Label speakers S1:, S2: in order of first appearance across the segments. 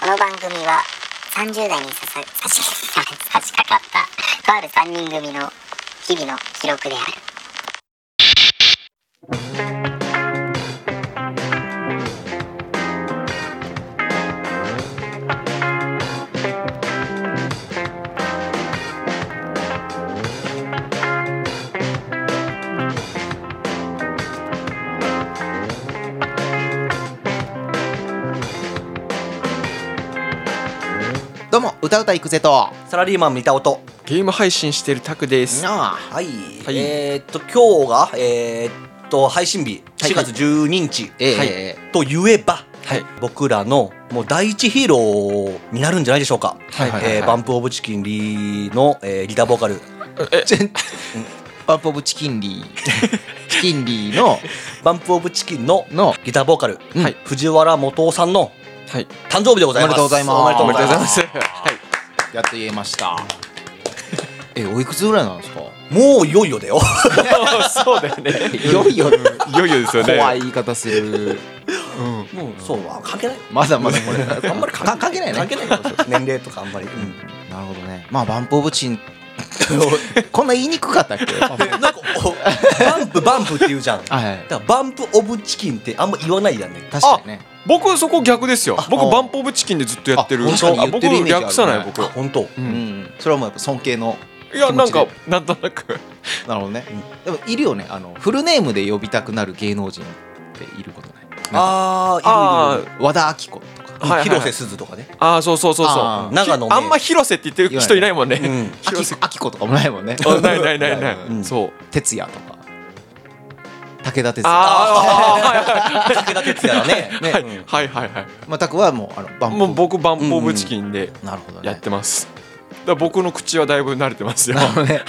S1: この番組は30代にささ差し差し掛かったとある3人組の日々の記録である
S2: どうも歌うたいくぜと
S3: サラリーマン見た音
S4: ゲーム配信してるタクです。
S2: なあ
S3: はい、
S4: はい
S3: えー、っと今日がえー、っと配信日
S2: はい
S3: 4月12日、
S2: ええ
S3: はい
S2: え
S3: と言えば、
S4: はい
S3: 僕らのもう第一ヒーローになるんじゃないでしょうか、
S4: はいはいはい
S3: えーバンプ・オブ・チキンリーの、えーギターボーカル
S2: バンプオブチキンリー チキンリーの
S3: バンプ・オブ・チキンの
S2: の
S3: ギターボーカル、
S4: はい
S3: 藤原元夫さんの
S4: はい。
S3: 誕生日でござい
S2: おめで
S3: ます
S2: とうございます
S3: おめでとうございます
S4: す。 はい。
S2: やっと言えましたえおいくつぐらいなんですか
S3: もういよいよだよ
S4: そうだよね。
S2: いよいよ
S4: いよいよですよね。
S2: 怖い言い方する
S3: もうそうあ関係ない
S2: まだまだこれ
S3: あんまり
S2: か関係ないね
S3: 関係ないよ年齢とかあんまり、うん
S2: なるほどねまあバンプオブチ ンこんな言いにくかったっけ
S3: なんかおバンプバンプって言うじゃん。だか
S2: はい
S3: らバンプオブチキンってあんま言わないやんね。
S2: 確かにね
S4: 僕そこ逆ですよ。
S2: あ
S4: 僕バンプオブチキンでずっとやってる。
S2: あ本当に
S4: あ
S2: 言っ
S4: 僕
S2: てるイメージある
S4: 略さない僕
S3: あ。本当。
S4: う
S2: うんんそれはもうやっぱ尊敬の
S4: いや
S2: 気持
S4: なん
S2: ちで
S4: かなんとなく。
S2: なるほどね、でもいるよねあのフルネームで呼びたくなる芸能人っていることないなんか
S3: ああ
S4: あ
S2: 和田アキ子とか
S3: いるいるいる
S4: はいはい
S3: 広瀬すずとかね。
S4: ああそうそうそうそう。
S2: あ
S4: あ
S2: ー
S3: 長野ね
S4: んま広瀬って言ってる人いないもん
S3: う
S4: ね。
S3: ん。
S2: アキ
S4: 広瀬
S2: アキ子とかもないもんね
S4: あないないな いない。
S3: うん
S4: そう。
S2: 哲也とか武田鉄矢
S4: あ
S3: 武田 鉄矢だね。
S4: あはい
S3: ね。
S4: はいはいはい。
S2: まあタクはもうあのバンプ
S4: もう僕バンプオブチキンで
S2: なるほどね
S4: やってます。だから僕の口はだいぶ慣れてますよ
S2: な。るほどね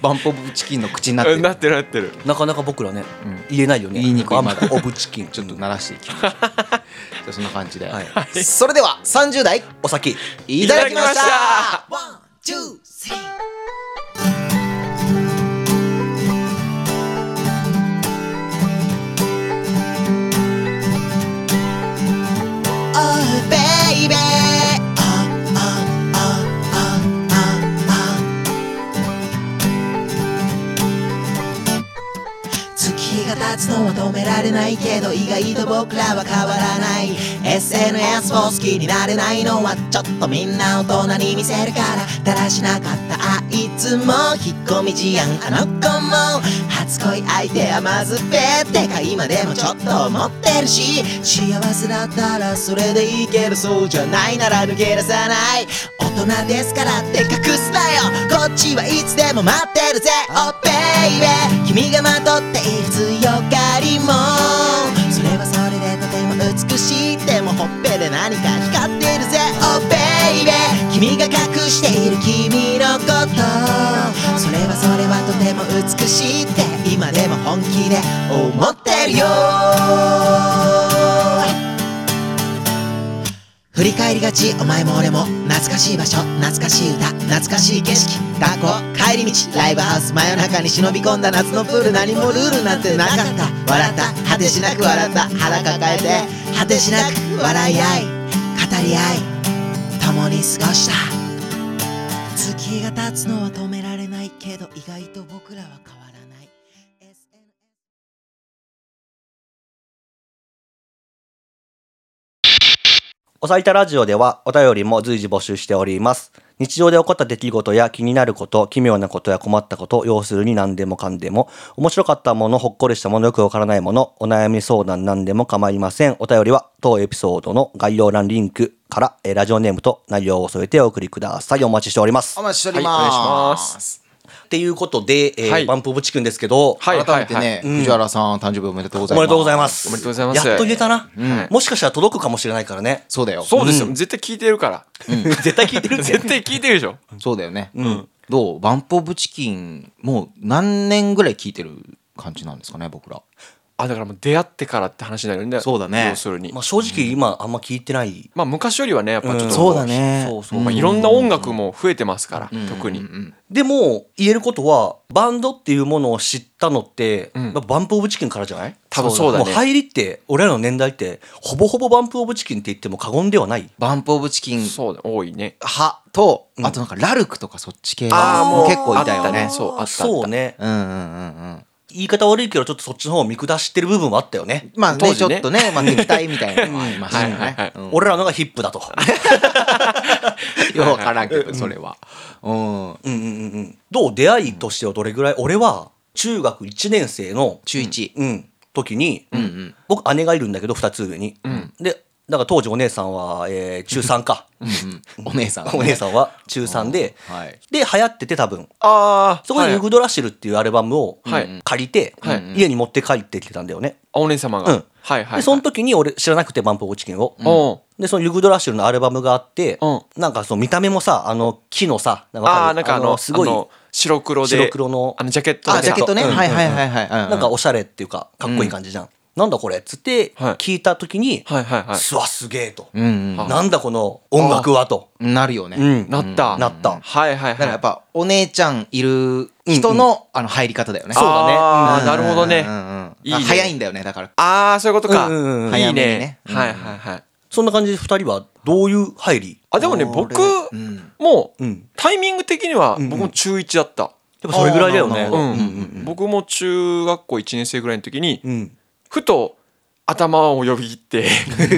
S2: バンプオブチキンの口に なって
S4: うん
S2: る
S4: なってるなってる。
S3: なかなか僕らね
S2: うん
S3: 言えないよね。
S2: 言いにくい
S3: バ
S2: ま
S3: ン
S2: だ
S3: プオブチキン。
S2: ちょっ と鳴らしていき ましょうじゃあそんな感じで、
S3: はい
S2: それでは30代
S3: お先。
S2: いただきました
S4: いただ
S2: ワンツースリー
S5: Oh, 月が経つのは止められないけど意外と僕らは変わらない SNS も好きになれないのはちょっとみんな大人に見せるからだらしなかったあいつも引っ込み思案あの子も初恋相手はまずべってか今でもちょっと思ってるし幸せだったらそれでいいけどそうじゃないなら抜け出さない大人ですからって隠すなよこっちはいつでも待ってるぜ Oh baby 君がまとっている強がりもそれはそれでとても美しいでもほっぺで何か光ってるぜ Oh baby 君が隠している君のことそれはそれはとても美しいって今でも本気で思ってるよ振り返りがちお前も俺も懐かしい場所懐かしい歌懐かしい景色学校帰り道ライブハウス真夜中に忍び込んだ夏のプール何もルールなんてなかった笑った果てしなく笑った腹抱えて果てしなく笑い合い語り合い共に過ごした月が経つのは止められないけど意外と僕らは変わらない SNS
S3: おさいたラジオではお便りも随時募集しております。日常で起こった出来事や気になること、奇妙なことや困ったこと、要するに何でもかんでも、面白かったもの、ほっこりしたもの、よくわからないもの、お悩み相談何でも構いません。お便りは当エピソードの概要欄リンクから、えーラジオネームと内容を添えてお送りください。お待ちしております。
S2: お
S3: っ
S2: 待ちしており
S4: はいお願いし
S2: ま,、
S4: ますす。
S3: ていうことで、えー
S4: はい
S3: バンプオブチキンですけど、
S4: はいはい
S2: 改めてね、
S3: うん
S2: 藤原さん誕生日おめでとうござ
S3: お
S2: います
S3: めでとうございます。
S4: おめでとうございます
S3: やっと言えたな。
S4: ん
S3: もしかしたら届くかもしれないからね。
S2: そうだよ
S4: そうですよ。絶対聞いてるから。
S3: 絶対聞いてるって
S4: 絶対聞いてるでしょ。
S2: そうだよね、どうバンプオブチキンもう何年ぐらい聞いてる感じなんですかね僕ら
S4: あだからもう出会ってからって話になるよね
S2: そうだね
S4: 要するに
S3: まあ、正直今あんま聞いてない
S4: まあ昔よりはねやっぱちょっと、
S3: うん
S2: そうだね
S3: そうそう
S4: まあ、いろんな音楽も増えてますから、
S2: うん
S4: 特に、
S2: うんうん
S3: でも言えることはバンドっていうものを知ったのって、
S4: うん
S3: まあバンプ・オブ・チキンからじゃない
S4: 多分そうだね
S3: もう入りって俺らの年代ってほぼほぼバンプ・オブ・チキンって言っても過言ではない
S2: バンプ・オブ・チキン
S4: そうだ多いね
S2: 派と、
S3: うん
S2: あとなんかラルクとかそっち系
S4: あーも
S2: も
S4: う
S2: 結構いたよ
S4: あった
S2: ね
S4: ねそうあったあった
S3: そうね
S2: うんうんうんうん
S3: 言い方悪いけどちょっとそっちの方を見下してる部分はあったよね、
S2: まあね
S4: 当
S2: ち
S4: 時
S2: ょ
S4: ね
S2: っとね、まあ、敵対みたいなのもありましたよ
S4: はいはいは
S2: ね
S4: い、
S2: うん
S3: 俺らのがヒップだと
S2: よくわからんけどそれはうん
S3: うんうんうんうんどう出会いとしてはどれぐらい俺は中学1年生の、
S2: 中1
S3: うん、時に、
S2: うんうん
S3: 僕姉がいるんだけど2つ上に、
S4: ん
S3: でだから当時お姉さんは、えー中3か
S2: うんお姉さんはね
S3: お姉さんは中3で、
S2: はい
S3: で流行ってて多分
S4: ああ
S3: そこで「
S4: は
S3: ユ
S4: い
S3: グドラシル」っていうアルバムを
S4: はい
S3: 借りて、
S4: はい
S3: 家に持って帰ってきてたんだよね、
S4: お姉様が、
S3: うん
S4: はいはい
S3: でその時に俺知らなくてバンプ・オブ・チキンを、
S4: おう
S3: でその「ユグドラシル」のアルバムがあって、
S4: うん
S3: なんかその見た目もさあの木のさわかる
S4: ああなんかあの
S3: すごい
S4: あの白黒で
S3: 白黒の
S4: あのジャケット
S2: あ
S4: で
S2: ジャケットね
S3: うんうんうん
S2: はいはいはいはいな
S3: なんかおしゃれっていうかかっこいい感じじゃん、なんだこれっつって
S4: はい
S3: 聞いた時に「
S4: はいはいはい
S3: すわすげえ」と、
S2: うんうん
S4: あ
S3: なんだこの音楽は」と、
S2: なるよね
S3: うん
S4: なった、
S3: なった
S4: はいはいはい
S2: だからやっぱお姉ちゃんいる人のあの入り方だよね
S4: そうだねあ
S2: う
S4: あ
S2: ん
S4: なるほどね
S2: うんうん
S4: いいね
S2: 早いんだよねだから
S4: ああそういうことか、
S3: うんうんうんうん
S4: い
S2: 早
S4: い
S2: めに
S4: ね
S2: ねうん
S4: はいはいはい
S3: そんな感じで2人はどういう入り
S4: あでもね
S2: これ
S4: 僕
S2: うん
S4: も
S3: うん
S4: タイミング的には
S3: うんうん
S4: 僕も中1だった、
S3: やっぱそれぐらいだよね
S2: あーなる
S4: う
S2: ほ
S4: ん
S2: ど
S4: 僕も中学校1年生ぐらいの時に、
S3: うん
S4: ふと頭をよぎって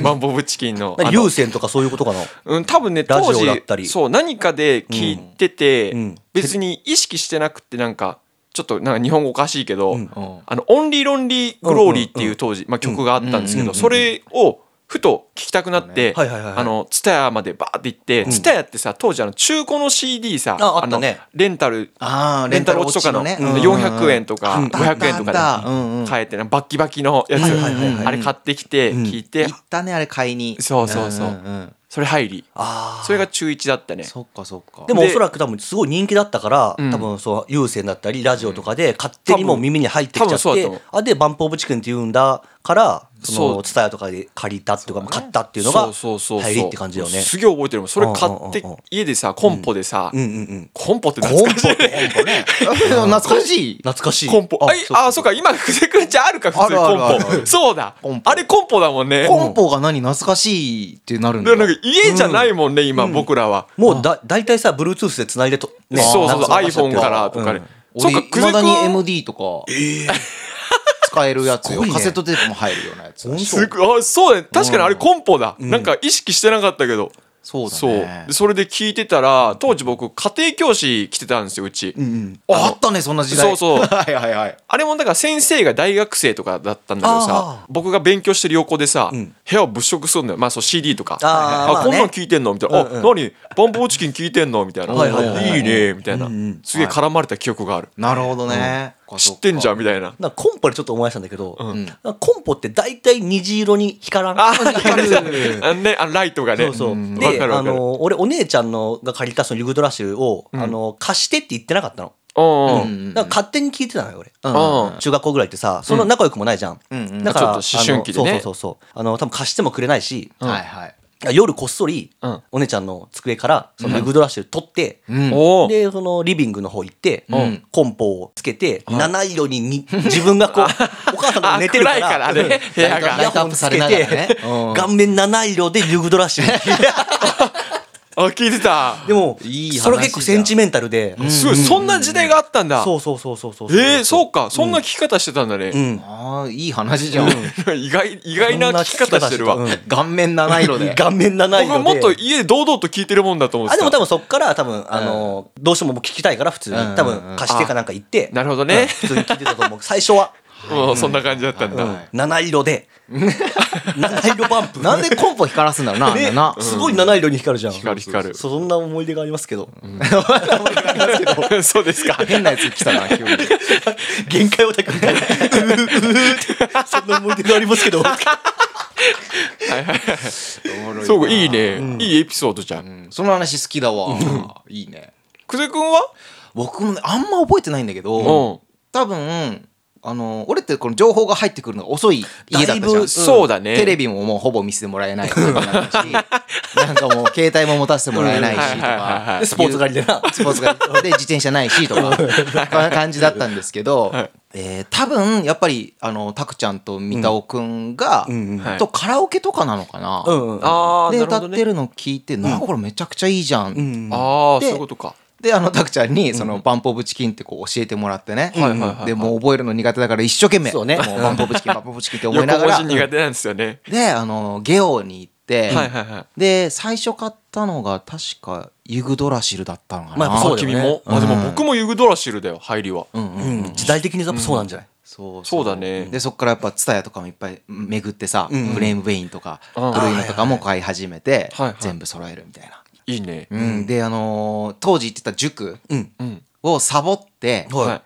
S4: マンボブチキンのあ
S3: なんか
S4: の
S3: 有線とかそういうことかな
S4: うん、多分ね
S3: ラジ
S4: 当
S3: オだったり
S4: 時そう何かで聞いてて、
S3: うんうん
S4: 別に意識してなくてなんかちょっとなんか日本語おかしいけど、
S3: うん
S2: うん
S4: あの「オンリー・ロンリー・グローリー」っていう当時、まあ、曲があったんですけ
S3: うんうん
S4: ど、
S3: うんうん
S4: それをふと聞きたくなって、
S3: はいはいはいはい
S4: あのツタヤまでバーって行って、
S3: ん
S4: ツタヤってさ当時あの中古の CD さ
S3: ああったね
S4: のレンタル
S2: ああ
S4: レンタル落ちとかの
S2: ね
S4: うん400円とか
S2: うん
S4: 500円と
S2: あっ
S4: か
S2: たうんうん
S4: で買えてなバッキバキのやつ
S2: はいはいはいはい
S4: あれ買ってきて
S3: ん
S4: 聞いて
S2: 行ったねあれ買いに
S4: そうそうそうん
S2: ん
S4: それ入り
S3: あー
S4: それが中1だったね
S2: そっかそっか
S3: でもお
S4: で
S3: そらく多分すごい人気だったから、
S4: うん
S3: 多分そう有線だったりラジオとかで勝手にもう耳に入ってきちゃ
S4: 多分
S3: っ
S4: そうだ
S3: て、
S4: と思う
S3: あでバンプオブチキンって言うんだからそ
S4: そ
S3: の
S4: う
S3: ツタヤとかで借りたっていうかまあ買ったっていうの
S4: そ
S3: が
S4: うそうそう
S3: 入りって感じだよね。
S4: すげえ覚えてるもんそれ買
S3: うんうんうん
S4: っ
S3: うん
S4: て家でさコンポでさ
S3: うんうんうん。
S4: コンポって
S3: コンポ
S4: 懐
S3: っ
S4: かしい
S3: てコンポね
S2: 懐かしい
S3: 懐かしい。
S4: コンポあいあそう
S3: か。
S4: か今布施君じゃあるか普
S2: あ
S4: 通
S2: るあるある
S4: コンポそうだ
S2: コンポ
S4: あれコンポだもんね
S2: コンポが何懐かしいってなるんだ
S4: で
S2: よ
S4: なんか家じゃないもんね今僕らは
S3: もうだ大体さ Bluetooth で繋いでと、ね、
S4: そうそう
S3: なん
S4: そう
S3: か流しちゃって
S4: iPhone
S3: る
S4: からとか
S3: う
S4: ね
S3: ん
S4: そ
S2: 俺
S4: っか
S2: いまだに MD とか使えるやつよ
S3: すごいね
S2: カセットテープも入るようなやつだし
S4: すごいあそうだね確かにあれコンポだ、なんか意識してなかったけど
S2: そうだ
S4: そう
S2: ね
S4: でそれで聞いてたら当時僕家庭教師来てたんですようち、
S2: ああったねそんな時代
S4: そう そう
S2: はいはいはい
S4: あれもだから先生が大学生とかだったんだけど
S3: あ
S4: さ僕が勉強してる横でさ、
S3: ん
S4: 部屋を物色するんだよ、まあ、そう CD とか
S3: あーまあね
S4: こんなん聞いてんのみたいな「
S3: うんうん
S4: あ何バンボーチキン聞いてんの?」みたいな「
S3: はいはいはい
S4: いね」みたいな、すげえ絡まれた記憶がある、
S2: なるほどね
S4: 知ってんじゃん
S2: ん
S4: みたいな
S3: なんかコンポでちょっと思い出したんだけど、な
S4: ん
S3: んかコンポって大体虹色に光らん。
S4: あーあのねあのライトがね
S3: そうそう。
S4: んわ
S3: で、
S4: かるわ
S3: あ
S4: かる
S3: の、俺、お姉ちゃんのが借りたそのユグドラシルを、あの、貸してって言ってなかったの。
S4: うんうん
S3: だから勝手に聞いてたのよ、俺。
S4: うん
S3: 中学校ぐらいってさ、そんな仲良くもないじゃん。
S2: ん
S3: だから、
S4: まあちょっと思春期でね
S3: あのそうそうそうそう。あの、多分貸してもくれないし、
S2: はいはい
S3: 夜こっそり
S4: うん、
S3: お姉ちゃんの机から、そのユグドラシル取って、
S2: うん
S4: おー
S3: で、そのリビングの方行って
S2: ん、
S3: コンポをつけて、七色にに自分がこう、お母さんが寝てるから、
S4: あ暗いからね部屋が
S3: イ
S2: ライ
S3: ヤホンつけ
S2: トアップされながら
S3: て
S2: ねうん、
S3: 顔面七色でユグドラシル。
S4: あ聞いてた
S3: でも
S2: いい話じゃん
S3: それ結構センチメンタルで、
S4: すごい、そんな時代があったんだ。
S3: そうそうそうそうそう
S4: えー、そうか、そんな聞き方してたんだ
S3: う
S4: ね。
S3: ん
S2: ああいい話じゃん
S4: 意外、意外な聞き方してるわ。
S3: うん
S2: 顔面七色で
S3: 顔面七色
S4: 僕
S3: で
S4: もっと家で堂々と聞いてるもんだと思っ
S3: あで
S4: てた。
S3: も多分そっから多分あのどうしてももう聞きたいから普通に
S2: うんうんうん
S3: 多分貸してかなんか行って
S4: なるほどね
S3: うん普通に聞いてたと思う最初は
S4: うんそんな感じだったんだ。
S2: はい
S3: 七色 で七色バンプ
S2: なんでコンポ光らすんだろうなあんなな
S3: ねすごい七色に光るじゃん
S4: 光る光る
S3: そうそんな思い出がありますけど
S4: そうですか。
S2: 変なやつ来たな急に
S3: 限界オタクみたいなううううってそんな思い出がありますけど
S4: そうか、いいね、いいエピソードじゃん。
S2: その話好きだわいいね
S4: 久世君は
S2: 僕もねあんま覚えてないんだけ
S4: うん
S2: ど。多分あの俺ってこの情報が入ってくるのが遅い家だった
S4: だい
S2: じゃ
S4: ぶ
S2: ん
S4: そうだね
S2: テレビももうほぼ見せてもらえないっていうのだ ったしなんかもう携帯も持たせてもらえないしと
S4: うんはいはいはい
S2: か
S4: はい
S3: でスポーツ狩りでな。
S2: スポーツがで自転車ないしと かこんな感じだったんですけど、えー多分やっぱりあのタクちゃんと三田尾くんが、
S3: うん
S4: はい
S2: とカラオケとかなのかな、
S3: うんうん。
S4: ああ
S2: で
S4: なる
S2: 歌
S4: ほ
S2: っ
S4: ど
S2: て
S4: ね
S2: るの聞いて、なんかこれめちゃくちゃいいじゃん、
S3: うん
S4: ああそういうことか
S2: であのタクちゃんにそのバンポブチキンってこう教えてもらってね、
S4: はいはいはいはい
S2: でもう覚えるの苦手だから一生懸命
S3: そうね
S2: もうバンポブチキンバンポブチキンって思い
S4: 横
S2: なが
S4: 文
S2: ら
S4: 字苦手なんですよね
S2: であのゲオに行って、
S4: はいはいはい
S2: で最初買ったのが確かユグドラシルだったのかな、
S3: まあやっぱそうだよね
S4: 君もあでも僕もユグドラシルだよ入りは
S2: うんうん
S3: うん時代的にやっぱそうなんじゃない
S2: そう
S4: そうだね
S2: でそこからやっぱツタヤとかもいっぱい巡ってさ、
S3: ん
S2: フレームウェインとか
S4: うん
S2: 古いのとかも買い始めて、
S4: はいはい
S2: 全部揃えるみたいな、
S4: いいね
S2: うん、であのー当時行ってた塾
S3: うん。
S4: うん
S2: をサボって、
S3: はい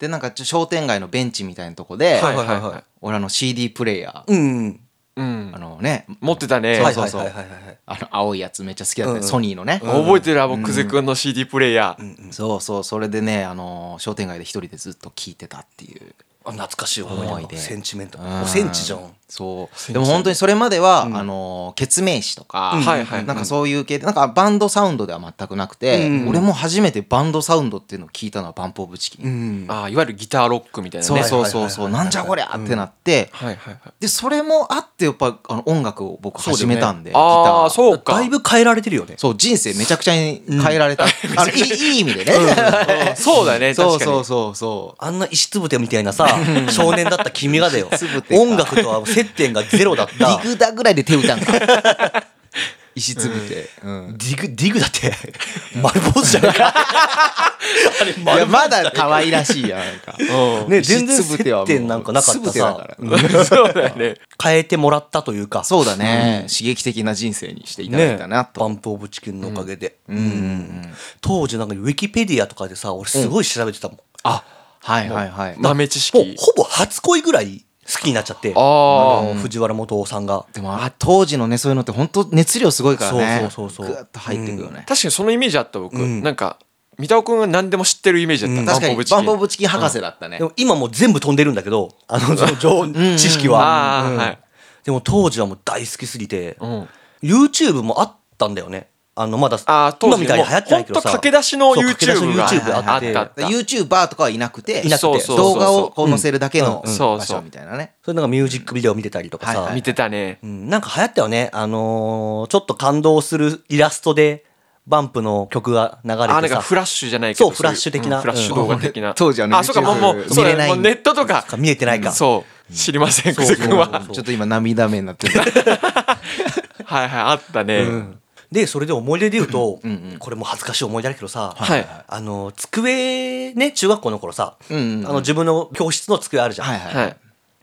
S2: でなんかちょ商店街のベンチみたいなとこで、
S4: はいはいはいは
S2: 俺あの CD プレイヤー、
S3: うん。
S4: いうん
S2: あのね
S4: 持ってたね
S2: そ
S3: は
S2: う
S3: い
S2: そう
S3: はい
S2: そう
S3: はいはいはい。
S2: あの青いやつめっちゃ好きだった、ね
S3: うん
S2: ソニーのね、
S4: 覚えてるあのクゼ君の CD プレイヤー
S2: そうそうそれでね、あのー商店街で一人でずっと聞いてたっていう
S3: あ懐かしい思
S2: 思
S3: い
S2: い
S3: 出
S2: 出
S3: センチメント
S2: う
S3: おセンチじゃん
S2: そうでも本当にそれまでは、あのケツメイシとか、
S4: んはいはい
S2: なんかそういう系でなんかバンドサウンドでは全くなくて、
S3: うん
S2: 俺も初めてバンドサウンドっていうのを聞いたのはバンプ・オブ・チキン、
S3: うん
S4: ああいわゆるギターロックみたいな
S2: そう
S4: ね
S2: そうそうそう、
S3: はいはいはいはい
S2: なんじゃこりゃってなって、
S4: はいはいはい
S2: でそれもあってやっぱあの音楽を僕始めたんで、ギタ
S4: あ
S2: ー
S4: あそうか
S3: だいぶ変えられてるよね
S2: そう人生めちゃくちゃに変えられた、あのいいいい意味でね、
S4: そう だね
S2: そ
S4: 確
S2: う
S4: か
S2: そう
S4: に
S2: そうそう
S3: あんな石つぶてみたいなさ少年だった君がだよ
S2: 石ぶてか
S3: 音楽とは接点がゼロだっ
S2: デ
S3: た
S2: ィグダぐらいで手打たんか石つぶて、うん
S3: ディグディグだって 丸坊主じゃないかあれ
S2: いや
S3: 丸坊
S2: まだ可愛らしいやんなんか。
S4: うん
S3: 主ね全然接点なんかなかったさ
S2: うん
S4: そうだよね
S3: 変えてもらったというか
S2: そうだね、刺激的な人生にしていただいたな
S3: バ
S2: と。
S3: ンプ・オブ・チキンのおかげで、うん当時なんかウィキペディアとかでさ俺すごい調べてたもん、
S2: あはいはいはい。
S4: 豆知
S3: もう
S4: 識
S3: ほぼ初恋ぐらい好きになっちゃって
S4: あ
S3: の
S4: ー
S3: 藤原元夫さんが
S2: でもあ当時のねそういうのって本当熱量すごいからね。
S3: そうそうそうそう
S2: グッと入ってくよね。
S4: 確かにそのイメージあった僕
S3: うん
S4: なんか三田尾君が何でも知ってるイメージだっ
S3: うん
S4: た
S2: 確かにバンポーブチキン博士だったね
S3: で。も今もう全部飛んでるんだけどあのその情 知識
S4: あ
S3: は、
S4: あ
S3: うん
S4: はい
S3: でも当時はもう大好きすぎて、
S4: うん
S3: YouTube もあったんだよねあのまだ
S4: あー当時
S3: 今みたいに流行ってないけど
S4: も
S3: さ
S4: うほんと駆け出しの
S3: そう駆け出しの
S4: YouTube が
S3: YouTube あって
S4: あった
S2: ユーチューバーとかはいなくて、
S3: いなくて
S4: そうそうそう
S2: 動画をこう載せるだけの
S4: うんそうそう
S2: 場所みたいなね。
S3: それなんかミュージックビデオ見てたりとかさ、
S2: はいはい
S4: 見てたね
S3: うん、なんか流行ったよねあのーちょっと感動するイラストでバンプの曲が流れてさ
S4: あなんかフラッシュじゃないけど
S3: そうフラッシュ的な
S4: うんフラッシュ動画的
S2: うん
S4: な
S2: 当時あの
S4: あそうかもうも
S2: YouTube
S4: うそう
S2: 見れな
S4: だ
S2: い
S4: もうネットとか
S3: か見えてないか
S4: そう知りません久世君
S3: そうそう
S4: は
S3: そう
S2: ちょっと今涙目になって る。
S4: はいはいあったね
S3: でそれで思い出で言うと
S2: んうん
S3: これもう恥ずかしい思い出だけどさ、
S4: はい
S3: あの机ね中学校の頃さ、
S2: うんうんうん
S3: あの自分の教室の机あるじゃん、
S2: はいはい。
S4: はい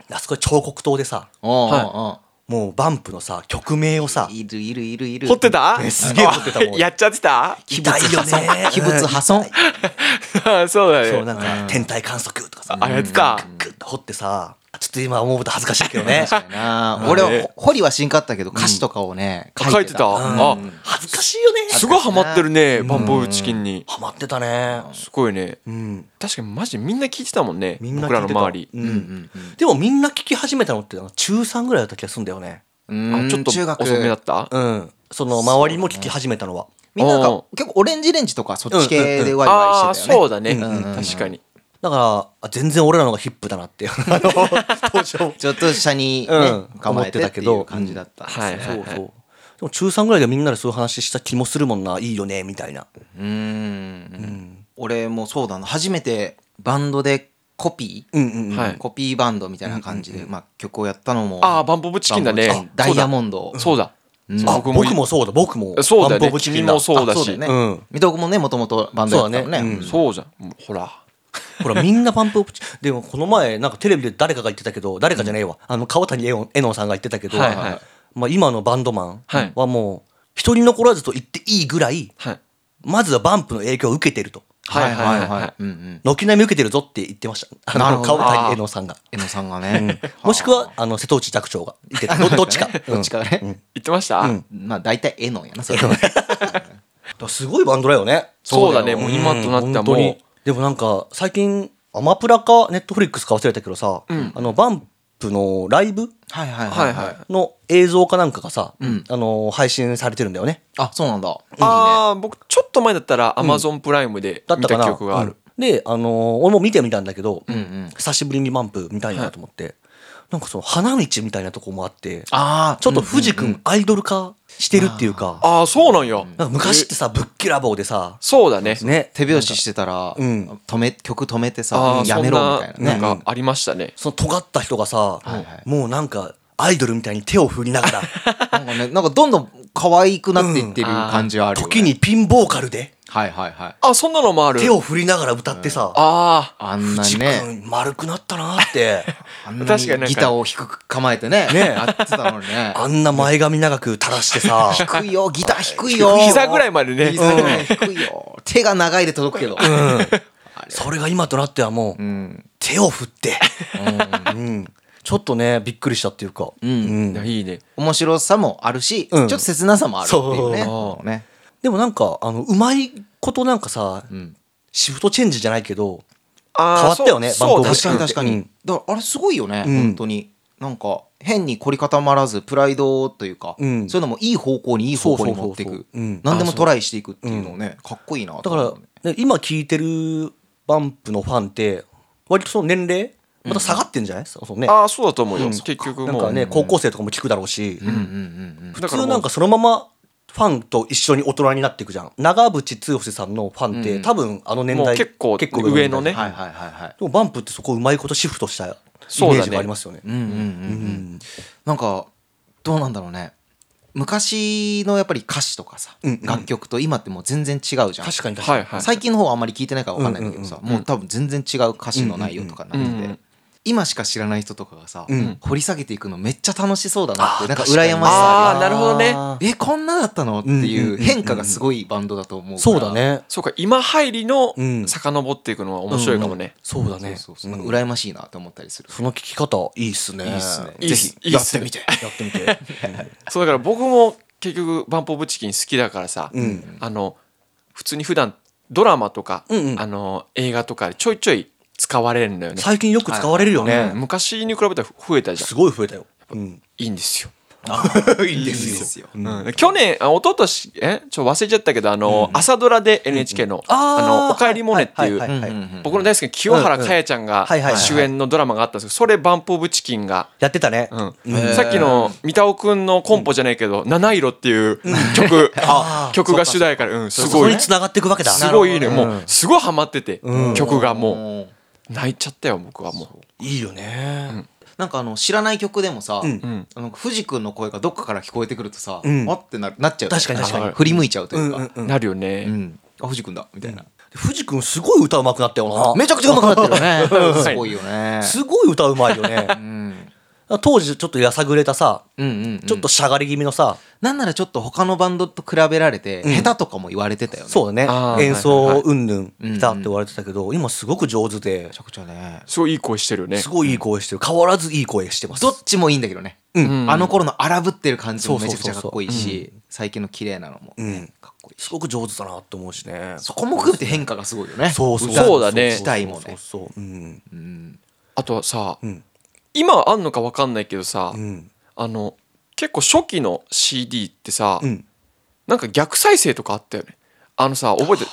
S3: あそこに彫刻刀でさ
S2: おー
S4: はい
S2: おーお
S3: もうバンプのさ曲名をさ
S2: ーいるいるいるいる。
S4: 掘ってた
S3: ねすげえ掘ってたもん
S4: やっちゃってた
S2: 器物
S3: 痛いよ
S2: 破損
S3: ね。
S2: 器物破損。
S4: そうだ
S3: そう
S4: ね
S3: なんか天体観測とかさ
S4: あやってた
S3: グッと掘ってさちょっと今思うと恥ずかしいけど ね
S2: 確かにな俺は
S4: ね
S2: ほ堀はしんかったけど歌詞とかをね、
S4: 書いてたあ
S3: 恥ずかしいよね
S4: すごいハマってるねバンボーチキンに
S3: ハマってたね
S4: すごいね
S3: うん
S4: 確かにマジみんな聞いてたもんね
S3: みんな
S4: 僕ら
S3: 聞
S4: の
S3: いてた
S4: 周り
S3: う
S2: うん
S3: んでもみんな聞き始めたのってなんか中3ぐらいだった気がするんだよね
S2: うんうん
S4: あちょっと
S2: 中学
S4: 遅めだった
S3: うんその周りも聞き始めたのは
S2: みんな
S4: お
S2: が
S4: う
S2: 結構オレンジレンジとかそっち系でワイ
S4: あ
S2: ワ
S4: あ
S2: イしてたよね、
S4: そうだね
S3: うんう
S2: う
S3: ん
S2: ん
S4: 確かに
S3: だからあ全然俺らの方がヒップだなっていうあの 当時は
S2: ちょっと下に、ね
S3: うん
S2: 構えてっていう感じだった、
S4: 思ってたけどはい
S3: そうそうでも中3ぐらいでみんなでそういう話した気もするもんないいよねみたいな
S2: うーん俺もそうだな初めてバンドでコピー、
S3: うんうんうん
S4: はい
S2: コピーバンドみたいな感じで、まあ、曲をやったのも
S4: ああバンボブチキンだ
S2: バンポーブ
S4: ね
S2: チキンダイヤモンド
S4: そうだ
S2: ん
S4: そう
S3: あ
S4: だ
S3: 僕もそうだ僕も
S4: そうだ
S3: バン
S4: よ
S3: プ
S4: ね
S3: オブチキン
S4: 君もそうだ
S2: あ
S4: し
S2: そうだよね、
S3: うん
S2: 水戸君もねもともとバンドやってたもんね
S3: そうだねうん
S4: そうじゃんもうほら
S3: ほらみんなバンプオブチキンでもこの前なんかテレビで誰かが言ってたけど誰かじゃねえわ、あの川谷絵音絵音さんが言ってたけど、
S4: はいはい
S3: まあ、今のバンドマ
S4: はい
S3: ンはもう一人残らずと言っていいぐらい
S4: はい
S3: まずはバンプの影響を受けてると
S4: はいはいはいはい
S2: うんうん
S3: 軒並み受けてるぞって言ってましたあの
S2: なるほど
S3: 川谷絵音さんが、
S2: 江野さんが
S3: うん
S2: ね、
S3: もしくはあの瀬戸内寂聴が言ってたどどっち か
S2: どっちかね、
S4: 言ってました
S3: うん
S2: まあ大体絵のやなそれは
S3: うんすごいバンドだよね
S4: そうだ
S2: そうだ
S4: ね
S2: よ
S4: もう今となってはも
S3: ん本当
S4: う
S3: にでもなんか最近アマプラかネットフリックスか忘れたけどさ、
S4: ん
S3: あのバンプのライブ
S2: はいはい
S4: は
S2: はいい
S4: はい。
S3: の映像かなんかがさ、
S2: ん
S3: あの配信されてるんだよね。
S2: あそうなんだいいね
S4: ああ、僕、ちょっと前だったら Amazon プライムで
S3: だっ
S4: 見
S3: たか
S4: た
S3: な。
S4: 記憶があ
S3: う
S4: る。
S3: んで、あのー俺も見てみたんだけど、
S2: うんうん
S3: 久しぶりにバンプ見たいなと思って、なんかその花道みたいなとこもあって、
S2: ああ
S3: ちょっと藤君アイドル化してるっていうか、
S4: ああ、そうなんや。
S3: なんか昔って
S4: え
S3: さ、ぶっきらぼうでさ、
S4: そうだね。
S3: ね、
S2: 手拍子してたら
S3: うん
S2: 止め曲止めて
S4: あ
S2: さ
S4: あ、
S2: や
S4: そん
S2: めろみた、
S4: ない
S2: な
S4: な
S2: ね
S4: ん
S3: う
S4: か
S3: ん
S4: ありましたね。
S3: その尖った人がさ、
S2: はいはい
S3: もうなんかアイドルみたいに手を振りながら、
S2: なんかねなんかどんどん可愛くなっていってる感 じはあるよね
S3: 時にピンボーカルで
S2: はいはいはい
S4: あ、そんなのもある。
S3: 手を振りながら歌ってさ、
S4: ああ。
S2: あんな
S3: 藤
S2: にね
S3: 君丸くなった なって、
S2: あんな
S4: 確かになんか
S2: にギターを低く構えてね
S3: ね
S2: やってたのにね
S3: あんな前髪長く垂らしてさ、
S2: 低いよギター低いよ
S4: 膝ぐらいまでね。
S2: 膝ぐらい低いよ手が長いで届くけど
S3: それが今となってはもう、
S2: うん
S3: 手を振って、うんちょっとね、びっくりしたっていうか、
S2: ん
S3: うん
S4: いやいいね。
S2: 面白さもあるしち
S3: う
S2: ょ
S3: ん
S2: っと切なさもあるっていうね
S4: そう
S2: ね
S3: でもなんか、あの、うまいことなんかさ、
S2: ん
S3: シフトチェンジじゃないけど、
S4: あー
S3: 変わったよね
S4: そう
S3: バンコ
S4: そう
S3: ブ
S2: 確かに確か
S3: う
S2: に
S3: ん
S2: だからあれすごいよね
S3: うん
S2: 本当になんか変に凝り固まらずプライドというかそううんいうのもいい方向にいい方向に持ってい
S3: そうそう
S2: く
S3: そうそううん
S2: 何でもトライしていくっていうのをねかっこいいなと
S3: だ
S2: 思
S3: か
S2: う
S3: ら
S2: よね、
S3: ね今聞いてるバンプのファンって割とその年齢また下がってんじゃない、そうそうね
S4: ああ、そうだと思うよ。結局
S3: なん
S4: も
S3: か
S4: う。
S3: ね、高校生とかも聞くだろうし、普
S4: だから
S3: 通
S4: も
S3: なん
S4: う
S3: かそのままファンと一緒に大人になっていくじゃん長渕剛さんのファンって、多分あの年
S4: もう
S3: 代
S4: 結構上のね
S2: はいはいはいはい
S3: でもバンプってそこうまいことシフトしたイメ
S4: そうだね
S3: ージがありますよね
S2: うんうんうんうんなんかどうなんだろうね昔のやっぱり歌詞とかさ、
S3: うんうん
S2: 楽曲と今ってもう全然違うじゃん
S3: 確かに確かに、
S4: はいはい。
S2: 最近の方はあんまり聞いてないから分かんないんだけどさ、もう多分全然違う歌詞の内容とかになってて、
S4: うんうんうん
S2: 今しか知らない人とかがさ、
S3: うん
S2: 掘り下げていくのめっちゃ楽しそうだなっ
S3: あー
S2: てなんか
S3: 確かに
S2: 羨まし
S4: あ
S2: さ
S4: あ、
S2: あ
S4: なるほどね。
S2: るえこんなだったのって
S3: うんうん
S2: い
S3: うん
S2: う
S3: うん
S2: 変化がすごいバンドだと思うから
S3: そうだね
S4: そうか、今入りの
S3: うん
S4: 遡っていくのは面白いかもね。
S3: そうだね
S2: そうそうそう
S3: うん
S2: 羨ましいなって思ったりする
S3: その聞き方いいっすね
S2: いいっすね
S4: いいっ
S2: ぜ
S4: す
S2: ひ
S4: いいっ
S2: やっ
S4: す
S2: てみて
S3: やってみ て
S4: そうだから僕も結局バンポブチキン好きだからさ、
S3: ん
S4: あの普通に普段ドラマとか、
S3: うんうん
S4: あの映画とかでちょいちょい使われるんだよね。
S3: 最近よく使われるよね、
S4: うん昔に比べたら増えたじゃん
S3: す。ごい増えたよ、うん、
S4: いいんですよ。
S2: いい
S4: ですよ
S2: よ
S4: うん去年あ一昨年えちょっと忘れちゃったけどあの、朝ドラで NHK の「
S3: あー
S4: あのおかえりモネ」っていう、
S3: はいはいはい
S2: うんうんうん
S4: 僕の大好きな清原かやちゃん
S3: うん
S4: が
S3: はいはいはい
S4: 主演のドラマがあったんですけどそれバンポブチキンが。
S3: やってたね、
S4: うん
S2: へー
S4: さっきの三田尾くんのコンポじゃないけど「七色」っていう曲
S3: あー
S4: 曲が主題歌で、うん、す
S3: そ
S4: ご
S3: こ
S4: い
S3: に繋がっていくわけだ
S4: すごいいいね、
S3: うん
S4: もうすごいハマってて、
S3: うん
S4: 曲がも
S2: うん
S4: う泣いちゃったよ僕はも
S3: いいよね、
S2: なんかあの知らない曲でもさ、
S3: ん
S4: う、うん、
S2: あの藤君の声がどっかから聞こえてくるとさ、
S3: うん
S2: あってなるなっちゃう
S3: 確かに確
S4: かに
S2: あ振り向いちゃうと
S3: う
S2: い
S3: ん
S2: う
S3: う
S2: か、
S3: んうん、
S4: なるよね、
S2: うんあ藤君だみたいな、
S3: 藤君すごい歌うまくなったよな
S2: めちゃくちゃ上手くなってるよね
S4: はい
S2: すごいよね、
S3: すごい歌うまいよね
S2: うん、
S3: 当時ちょっとやさぐれたさ
S2: うんうんうん
S3: ちょっとしゃがり気味のさ、
S2: なんならちょっと他のバンドと比べられて、下手とかも言われてたよね
S3: そう
S4: あ
S3: だ
S4: ー
S3: ね演奏うんぬん
S2: いはい
S3: だって言われてたけど、今すごく上手で
S2: めちゃくちゃね
S4: すごいいい声してるよね
S3: すごいいい声してる変わらずいい声してます
S2: どっちもいいんだけどね、
S4: ん
S2: あの頃の荒ぶってる感じも
S3: そう
S2: め
S3: そう
S2: ちゃ
S3: そ
S2: く
S3: う
S2: ち
S3: そう
S2: ゃかっこいいし最近の綺麗なのも、
S3: うん
S2: かっこいいし
S3: すごく上手だなと思うしね
S2: そこも含めて変化がすごいよね
S3: そうそう
S2: 歌
S4: そうだね
S2: 自体も
S3: そう
S2: ね
S3: そうそううん
S2: うん
S4: あとはさ、
S3: うん
S4: 今あんのか分かんないけどさ、
S3: うん
S4: あの結構初期の CD ってさ、
S3: うん
S4: なんか逆再生とかあったよねあのさ覚えてる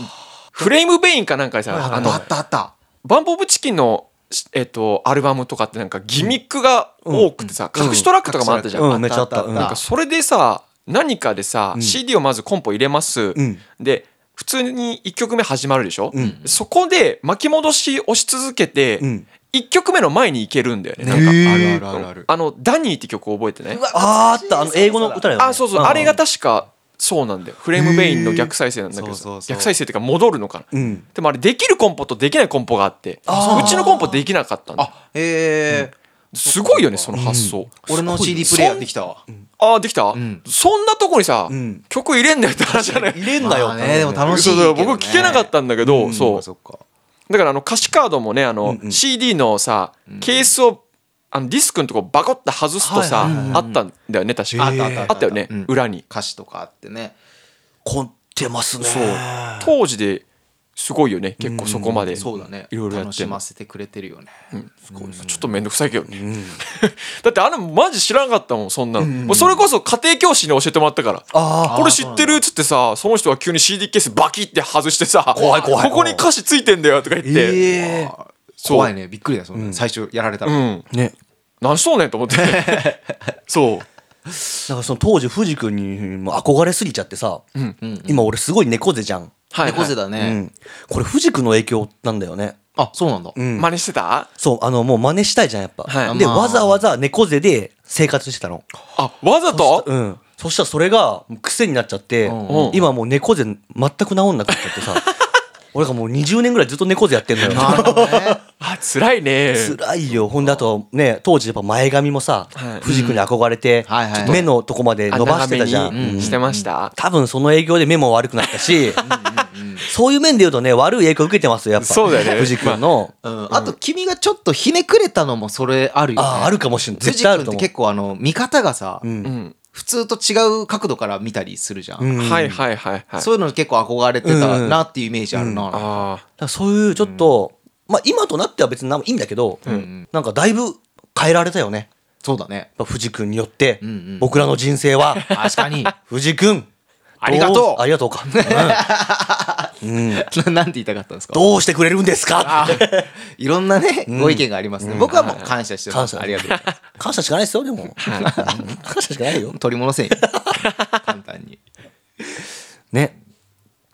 S4: フレームベインかなんかでさ
S2: あ
S4: あの
S2: あったあった
S4: バンポブチキンのしえっとアルバムとかってなんかギミックが多くてさ、隠しトラックとかもあったじゃん、
S3: うんめっちゃあったうん
S4: なんかそれでさ何かでさ、CD をまずコンポ入れます、
S3: うん
S4: で普通に1曲目始まるでしょ、
S3: うん
S4: そこで巻き戻し押し続けて、
S3: うん
S4: 1曲目の前に行けるんだよねなん
S2: あ
S4: か
S2: るあるあるある
S4: あの「ダニー」って曲覚えてない
S3: あーあったあの英語の歌だよね
S4: あそうそう、あれが確かそうなんだよフレームベインの逆再生なんだけどさ
S2: へーそうそうそう
S4: 逆再生っていうか戻るのかな、
S3: うん
S4: でもあれできるコンポとできないコンポがあってうちのコンポできなかったんだ
S2: あへえ
S4: すごいよねその発想、
S2: 俺の CD プレイヤーできたわ
S4: ああできた、
S2: ん
S4: そんなとこにさ、
S3: うん
S4: 曲入れんだよって話じゃない
S3: 入れんなよ
S2: まあねでも楽しい
S4: そう
S2: け
S4: そう
S2: ど
S4: 僕聞けなかったんだけど、
S2: そ
S4: そう
S2: うそっか
S4: だからあの歌詞カードもねあの、
S3: うん
S4: CD のさケースをあのディスクのとこバコッて外すとさ、
S3: はいはい
S2: はいはい
S4: あったんだよね確か
S2: あったあったあった
S4: あったよね、
S2: うん
S4: 裏に
S2: 歌詞とかあってね
S3: 凝ってますね
S4: そう当時ですごいよね結構そこまで
S2: そうだね
S4: いろいろや
S2: 楽
S4: って
S2: し
S4: んの
S2: ませてくれてるよね
S4: ちょっと面倒くさいけどね、 だってあれマジ知らなかったもんそんなの、もうそれこそ家庭教師に教えてもらったから
S3: あ
S4: これ知ってるっつってさその人が急に CD ケースバキって外してさ
S3: 怖い怖い
S4: ここに歌詞ついてんだよとか言って、
S2: えー
S4: そう
S2: 怖いねびっくりだよそんな最初やられた
S4: う
S2: ら
S4: ん
S3: あね
S4: 何しとんねんと思ってそう
S3: だからその当時藤君にも憧れすぎちゃってさ、今俺すごい猫背じゃん、
S4: はい、
S2: 猫背だ
S3: う
S2: ね
S3: ん、これ藤君の影響なんだよね
S2: あそうなんだ
S3: うん
S4: 真似してた
S3: そうあのもう真似したいじゃんやっぱ、
S4: はい
S3: で、
S2: まあ
S3: わざわざ猫背で生活してたの
S4: あわざと
S3: うんそしたらそれが癖になっちゃって、
S4: んうん
S3: 今もう猫背全く治んなくなっちゃってさ俺がもう20年ぐらいずっと猫背やってんだよ
S2: なるほどね
S4: あ辛いね
S3: 辛いよほんであとね当時やっぱ前髪もさ、
S4: はい
S3: 藤君に憧れて、
S2: はいはい
S3: ちょっと目のとこまで伸ばしてたじゃん、
S4: あ長めにしてました、
S3: 多分その影響で目も悪くなったしそういう面で言うとね悪い影響受けてますよやっぱ
S4: そうだよね
S3: 藤君の、
S2: うんあと君がちょっとひねくれたのもそれあるよね
S3: あああるかもしれない絶
S2: 辻
S3: 対ある
S2: 君って
S3: と思う
S2: 結構あの見方がさ
S4: うん
S2: 普通と違う角度から見たりするじゃん
S3: うん
S4: はいはいはいはい
S2: そういうの結構憧れてたなっていうイメージあるな
S4: あ
S3: だからそういうちょっと、まあ今となっては別に何もいいんだけど、なんかだいぶ変えられたよね
S2: そうだね
S3: やっぱ藤君によって、
S2: んうん
S3: 僕らの人生 は
S2: 確かに
S3: 藤君
S2: ありがとう
S3: ありがとうか、
S2: ななんて言いたかったんですか
S3: どうしてくれるんですかって
S2: いろんなねご意見がありますね僕はもう感謝してま
S3: 感
S2: す
S3: 謝
S2: ありがとうございます
S3: 感謝しかないですよでも感謝しかないよ
S2: 取り戻せ んよ簡単に
S3: ね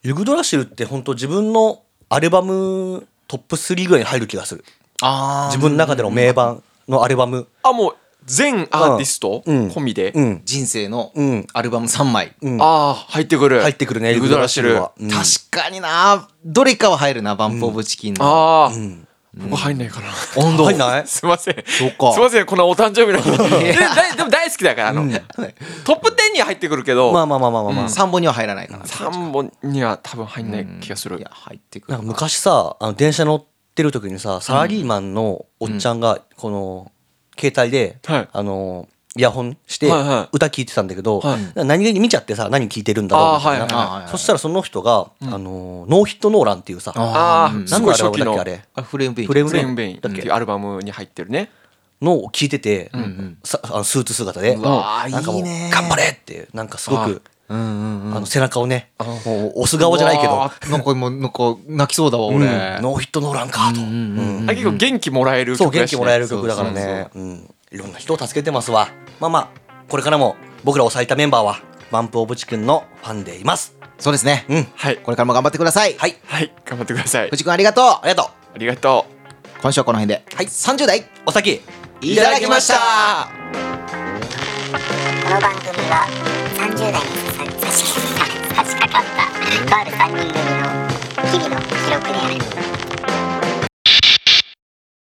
S3: ユグドラシルって本当自分のアルバムトップ3ぐらいに入る気がする
S2: あ
S3: 自分の中での名盤のアルバム
S4: ああもう全アーティスト
S3: うん
S4: 込みで、
S3: うん
S2: 人生の
S3: うん
S2: アルバム3枚
S3: うん
S4: ああ入ってくる
S3: 入ってくるね
S4: ユグドラシル
S3: ユグド
S4: あ
S3: ラシルはうん
S2: 確かになどれかは入るなバンプ・オブ・チキンの
S4: あー僕入んないかな
S2: 温度
S3: 入 んない
S4: すいません
S2: そうか
S4: すいませんこのお誕生日の 日にでだいでも大好きだからあの、トップ10には入ってくるけど、
S3: まあまあまあまあまあまあ、
S2: 3本には入らないかな
S4: 3本には多分入んない気がする、
S2: いや入ってく
S3: な
S2: る
S3: んか昔さあの電車乗ってる時にさサラリーマンのおっちゃんがこの携帯で、
S4: はい
S3: あのイヤホンして
S4: はいはい
S3: 歌聴いてたんだけど、
S4: はい
S3: 何気に見ちゃってさ何聴いてるんだろうみたいな、
S4: あーはい
S2: はいはい
S3: そしたらその人が、あのノーヒットノーランっていうさ
S4: ああ、
S3: うん
S4: すごい初期
S3: なん
S4: の
S3: だあれは
S2: あフレームベイ
S3: フレーム
S4: フレームベインって
S3: だっけ
S4: いうアルバムに入ってるね
S3: のを聞いてて、さあのスーツ姿で
S2: うわー
S3: なんかも
S2: い
S3: う
S2: いね
S3: 頑張れ!」ってなんかすごく
S2: うんうんうん
S3: あの背中をねもう押す顔じゃないけ
S4: う
S3: ど
S4: わ
S3: 「
S2: なんかもうなんか泣きそうだわ
S3: う
S2: 俺、
S3: んノーヒットノーランか」と。うん
S4: あ結構元気もらえる
S3: そう
S4: 曲
S3: 元
S4: だし
S3: 気
S4: ね
S3: もらえる曲だから
S2: そう
S3: ねうんいろんな人を助けてますわまあまあこれからも僕らを抑えたメンバーはバンプオブチキンのファンでいます
S2: そうですね、
S3: うん
S4: はい
S2: これからも頑張ってください
S3: はい
S4: はい頑張ってください
S2: 藤君ありがとう
S3: ありがと
S4: ありがとう
S2: 今週はこの辺ではい30代
S3: うお先
S2: いただきました
S1: この番組は30代にささ差し掛かったとある3人組の日々の記録である